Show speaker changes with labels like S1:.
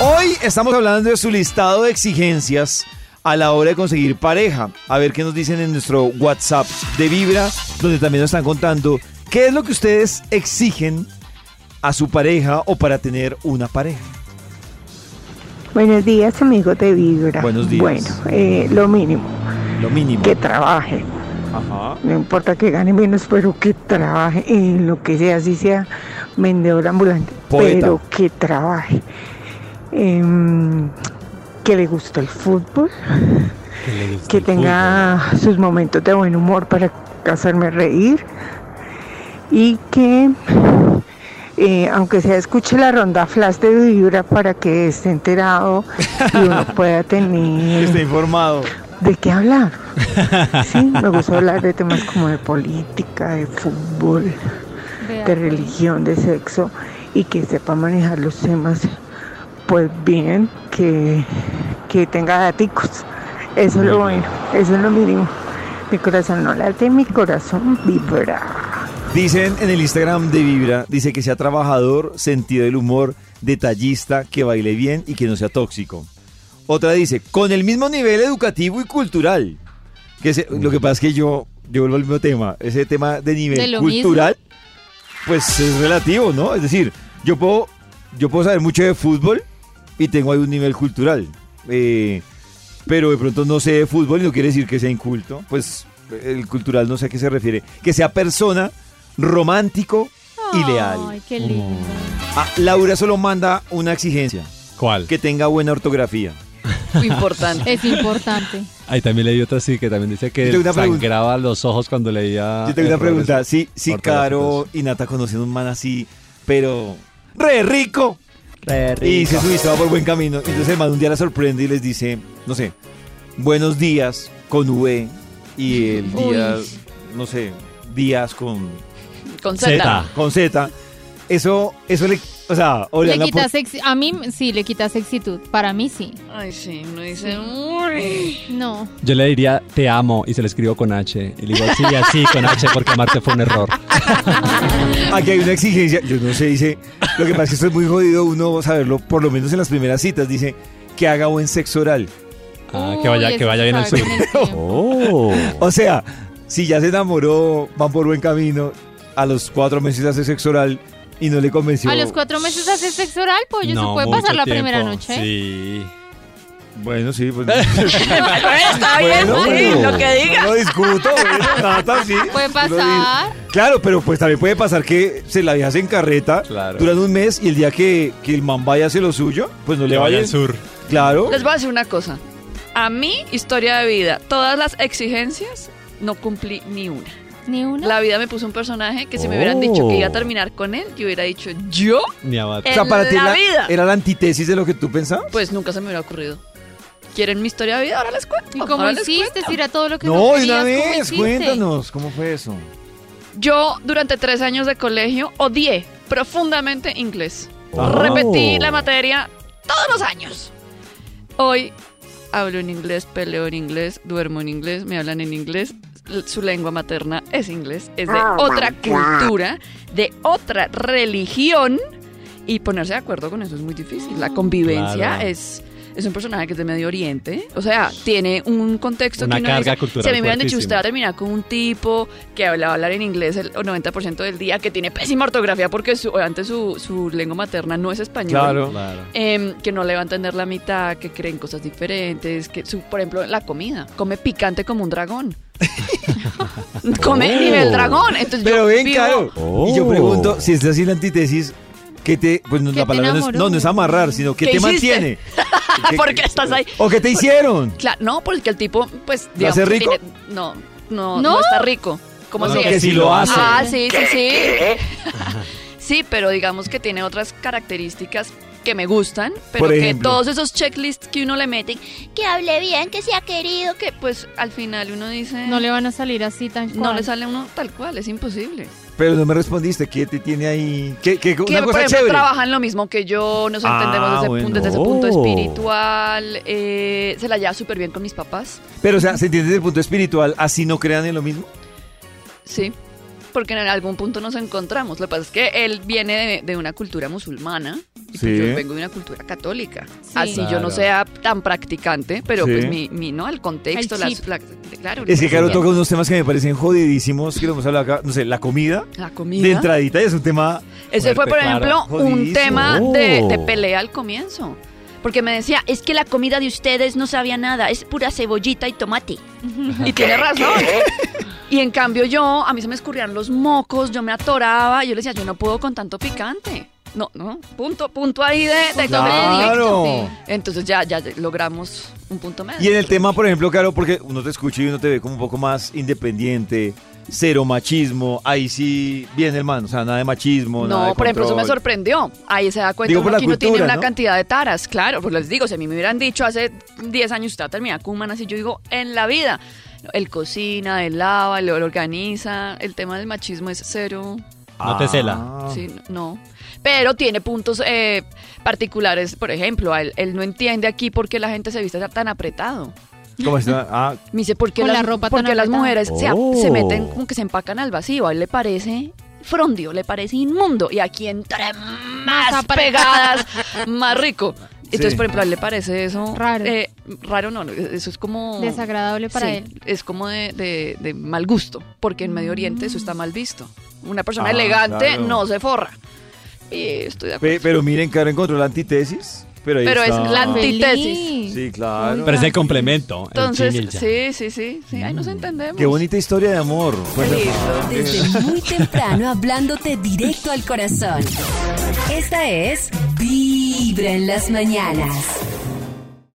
S1: Hoy estamos hablando de su listado de exigencias a la hora de conseguir pareja. A ver qué nos dicen en nuestro WhatsApp de Vibra, donde también nos están contando qué es lo que ustedes exigen a su pareja o para tener una pareja.
S2: Buenos días, amigos de Vibra.
S1: Buenos días.
S2: Bueno, eh, lo mínimo,
S1: Lo mínimo.
S2: que trabaje.
S1: Ajá.
S2: No importa que gane menos, pero que trabaje en lo que sea, si sea vendedor ambulante,
S1: Poeta.
S2: pero que trabaje. Em, que le guste el fútbol, que tenga sus momentos de buen humor para hacerme reír y que, eh, aunque sea, escuche la ronda flash de vibra para que esté enterado y uno pueda
S1: Que esté
S2: tener
S1: informado.
S2: de qué hablar. Sí, me gusta hablar de temas como de política, de fútbol, de religión, de sexo y que sepa manejar los temas pues bien, que, que tenga daticos. Eso es lo bueno, eso es lo mínimo. Mi corazón no late, mi corazón vibra.
S1: Dicen en el Instagram de Vibra, dice que sea trabajador, sentido del humor, detallista, que baile bien y que no sea tóxico. Otra dice, con el mismo nivel educativo y cultural. Que se- lo que pasa es que yo, yo vuelvo al mismo tema, ese tema de nivel
S3: De lo
S1: cultural, pues es relativo, ¿no? Es decir, yo puedo, yo puedo saber mucho de fútbol y tengo ahí un nivel cultural. Eh, pero de pronto no sé de fútbol y no quiere decir que sea inculto. Pues el cultural no sé a qué se refiere. Que sea persona, romántico y leal.
S3: Ay, qué
S4: Mm.
S3: lindo.
S1: Ah, Laura solo manda una exigencia,
S4: ¿Cuál?
S1: que tenga buena ortografía.
S5: Importante.
S3: Es importante.
S4: Ahí también leí otra sí, que también dice
S1: Yo
S4: que
S1: tengo una pregunta.
S4: sangraba los ojos cuando leía.
S1: Yo tengo una
S4: errores
S1: pregunta. Si, si
S4: ortográficos.
S1: Caro y Nata conocen un man así, pero re rico. Y se subiste por buen camino. Entonces el man un día la sorprende y les dice, no sé, buenos días con V y el día,
S3: Uy.
S1: no sé, días con
S5: Con
S4: Zeta.
S5: Z.
S1: con Z, eso, eso le, o sea, o le
S3: Le
S1: dan la
S3: quita sexy. A mí sí, le quita sexitud. Para mí sí.
S5: Ay, sí, no dice. "Uy".
S3: No.
S4: Yo le diría te amo y se lo escribo con H. Y le digo sí, así con H porque amarte fue un error.
S1: oportun- pues, aquí hay una exigencia, yo no sé, dice, lo que pasa es que esto es muy jodido uno saberlo, por lo menos en las primeras citas, dice, que haga buen sexo oral,
S4: Ah,
S3: Uy,
S4: que vaya, que
S3: eso
S4: vaya bien el
S3: sabe
S4: sur.
S3: con el tiempo.
S4: Oh.
S1: o sea, si ya se enamoró, van por buen camino, a los cuatro meses hace sexo oral y no le convenció,
S3: A los cuatro meses hace sexo oral, pollo. se puede
S4: mucho
S3: pasar la
S4: tiempo.
S3: primera noche.
S4: Sí.
S1: bueno, sí, pues,
S5: Pero está bien,
S1: bueno,
S5: sí,
S1: pero
S5: lo que diga.
S1: no lo discuto, bueno, Nata, sí,
S3: Puede
S1: tú lo
S3: pasar.
S1: dices. Claro, pero pues también puede pasar que se la vieja se encarreta,
S4: Claro.
S1: duran un mes y el día que, que el man vaya a hacer lo suyo, pues no le vaya,
S4: al sur.
S1: Claro.
S5: Les voy a decir una cosa. A mi historia de vida, todas las exigencias, no cumplí ni una.
S3: Ni una.
S5: La vida me puso un personaje que si me
S4: Oh.
S5: hubieran dicho que iba a terminar con él, yo hubiera dicho, ¿yo?
S4: Ni abate.
S1: O sea,
S5: en
S1: para ti
S5: la
S1: la-
S5: vida.
S1: era la antítesis de lo que tú pensabas.
S5: Pues nunca se me hubiera ocurrido. ¿Quieren mi historia de vida? Ahora les cuento.
S3: ¿Y cómo
S5: ahora les
S3: hiciste?
S5: cuento.
S3: Si era todo lo que
S1: no, de
S3: querías,
S1: una
S3: ¿cómo
S1: vez,
S3: hiciste?
S1: cuéntanos, ¿cómo fue eso?
S5: Yo durante tres años de colegio odié profundamente inglés.
S4: Oh.
S5: Repetí la materia todos los años. Hoy hablo en inglés, peleo en inglés, duermo en inglés, me hablan en inglés. L- Su lengua materna es inglés, es de otra cultura, de otra religión. Y ponerse de acuerdo con eso es muy difícil. La convivencia
S4: Claro.
S5: es... Es un personaje que es de Medio Oriente, o sea, tiene un contexto
S4: Una
S5: que uno
S4: carga
S5: dice,
S4: cultural
S5: Si a mí me hubieran dicho,
S4: fuertísima.
S5: usted va a terminar con un tipo que hablaba hablar en inglés el 90% del día, que tiene pésima ortografía porque su, antes su, su lengua materna no es español.
S1: Eh,
S4: Claro.
S5: Em, que no le va a entender la mitad, que creen cosas diferentes, que su, por ejemplo, la comida, come picante como un dragón. come
S4: Oh.
S5: nivel dragón. Entonces
S1: Pero
S5: yo
S1: ven,
S5: vivo-
S1: claro.
S4: Oh.
S1: Y yo pregunto, si es así la antítesis, ¿qué te. Pues no,
S3: ¿Qué
S1: la
S3: te
S1: palabra no es,
S3: enamoró?
S1: no, no es amarrar, sino ¿qué,
S5: ¿Qué
S1: te
S5: hiciste?
S1: mantiene? ¿Qué-
S5: ¿Por qué estás ahí?
S1: ¿O qué te hicieron?
S5: Claro, no, porque el tipo, pues,
S1: ¿Lo hace
S5: que
S1: rico?
S5: tiene- no, no, no,
S3: ¿No?
S5: está rico. Como
S1: No,
S5: si
S1: no,
S5: es-
S1: que si lo hace.
S5: Ah, sí, sí, sí. sí, pero digamos que tiene otras características que me gustan, pero
S1: Por
S5: que
S1: ejemplo.
S5: todos esos checklists que uno le mete, que hable bien, que sea querido, que pues al final uno dice,
S3: No le van a salir así tan cual.
S5: no le sale a uno tal cual, es imposible.
S1: Pero no me respondiste, ¿qué te tiene ahí? ¿Qué, qué-
S5: Que
S1: una
S5: por
S1: cosa
S5: ejemplo
S1: chévere.
S5: trabajan lo mismo que yo, nos
S1: Ah,
S5: entendemos desde, pu-
S1: bueno.
S5: desde ese punto
S4: Oh.
S5: espiritual, eh, se la lleva súper bien con mis papás.
S1: Pero, o sea, ¿se entiende desde el punto espiritual? ¿Así no crean en lo mismo?
S5: Sí, porque en algún punto nos encontramos. Lo que pasa es que él viene de, de una cultura musulmana.
S1: Sí.
S5: Y pues yo vengo de una cultura católica.
S3: Sí.
S5: Así yo
S4: Claro.
S5: no sea tan practicante, pero
S1: Sí.
S5: pues mi, mi- ¿no? El contexto,
S3: El
S5: las,
S3: chip.
S5: la, claro.
S1: Es que Caro
S5: claro
S1: toca unos temas que me parecen jodidísimos, que lo hemos hablado acá, no sé, la comida,
S5: La
S1: de
S5: comida.
S1: entradita, y es un tema...
S5: Ese fue,
S4: Fuerte,
S5: por
S4: claro.
S5: ejemplo, un
S1: Jodidísimo.
S5: tema de,
S1: Oh.
S5: de pelea al comienzo. Porque me decía, es que la comida de ustedes no sabía nada, es pura cebollita y tomate. Y tiene razón. Y en cambio yo, a mí se me escurrían los mocos, yo me atoraba, y yo le decía, yo no puedo con tanto picante. No, no, punto, punto ahí de, de
S3: Punto
S5: comedia.
S1: ¡Claro!
S5: Entonces ya, ya logramos un punto medio.
S1: Y en el tema, por ejemplo, Caro, porque uno te escucha y uno te ve como un poco más independiente, cero machismo, ahí sí, bien hermano, o sea, nada de machismo,
S5: No,
S1: nada de
S5: por ejemplo, eso me
S1: control.
S5: sorprendió. Ahí se da cuenta
S1: Digo,
S5: uno
S1: por la
S5: que uno tiene
S1: cultura,
S5: una
S1: ¿no?
S5: cantidad de taras, claro. Pues les digo, si a mí me hubieran dicho hace 10 años usted va a terminar Kuman, así yo digo, en la vida. Él cocina, él lava, él organiza. El tema del machismo es cero.
S4: No te cela.
S1: Ah.
S5: Sí, no. Pero tiene puntos eh, particulares. Por ejemplo, a él, él no entiende aquí por qué la gente se viste tan apretado.
S1: ¿Cómo está? Ah,
S5: Me dice, ¿por qué
S3: Con
S5: las,
S3: la ropa
S5: por
S3: tan
S5: qué las
S3: apretada.
S5: mujeres se,
S1: Oh.
S5: se meten como que se empacan al vacío? A él le parece frondio, le parece inmundo. Y aquí entre más
S3: apretado.
S5: pegadas, más rico. Entonces,
S1: Sí.
S5: por ejemplo, a él le parece eso
S3: Raro.
S5: eh, raro no, no, eso es como...
S3: Desagradable para
S5: Sí,
S3: él.
S5: Es como de, de- de mal gusto, porque en Medio Oriente eso está mal visto. Una persona
S1: Ah,
S5: elegante
S1: claro.
S5: no se forra. Y estoy de acuerdo.
S1: pe- pero miren, Caro encontró la antítesis, pero ahí
S5: Pero es
S1: está.
S5: la anti- Antítesis.
S3: Feliz.
S1: Sí, claro.
S4: Pero es
S3: Ah,
S4: el complemento. el yin y
S5: Entonces,
S4: el yang.
S5: sí, sí, sí, sí, ahí nos entendemos.
S1: Mm. Qué bonita historia de amor. Cuéntame.
S5: lindo.
S6: Desde muy temprano hablándote directo al corazón. Esta es Vibra en las mañanas.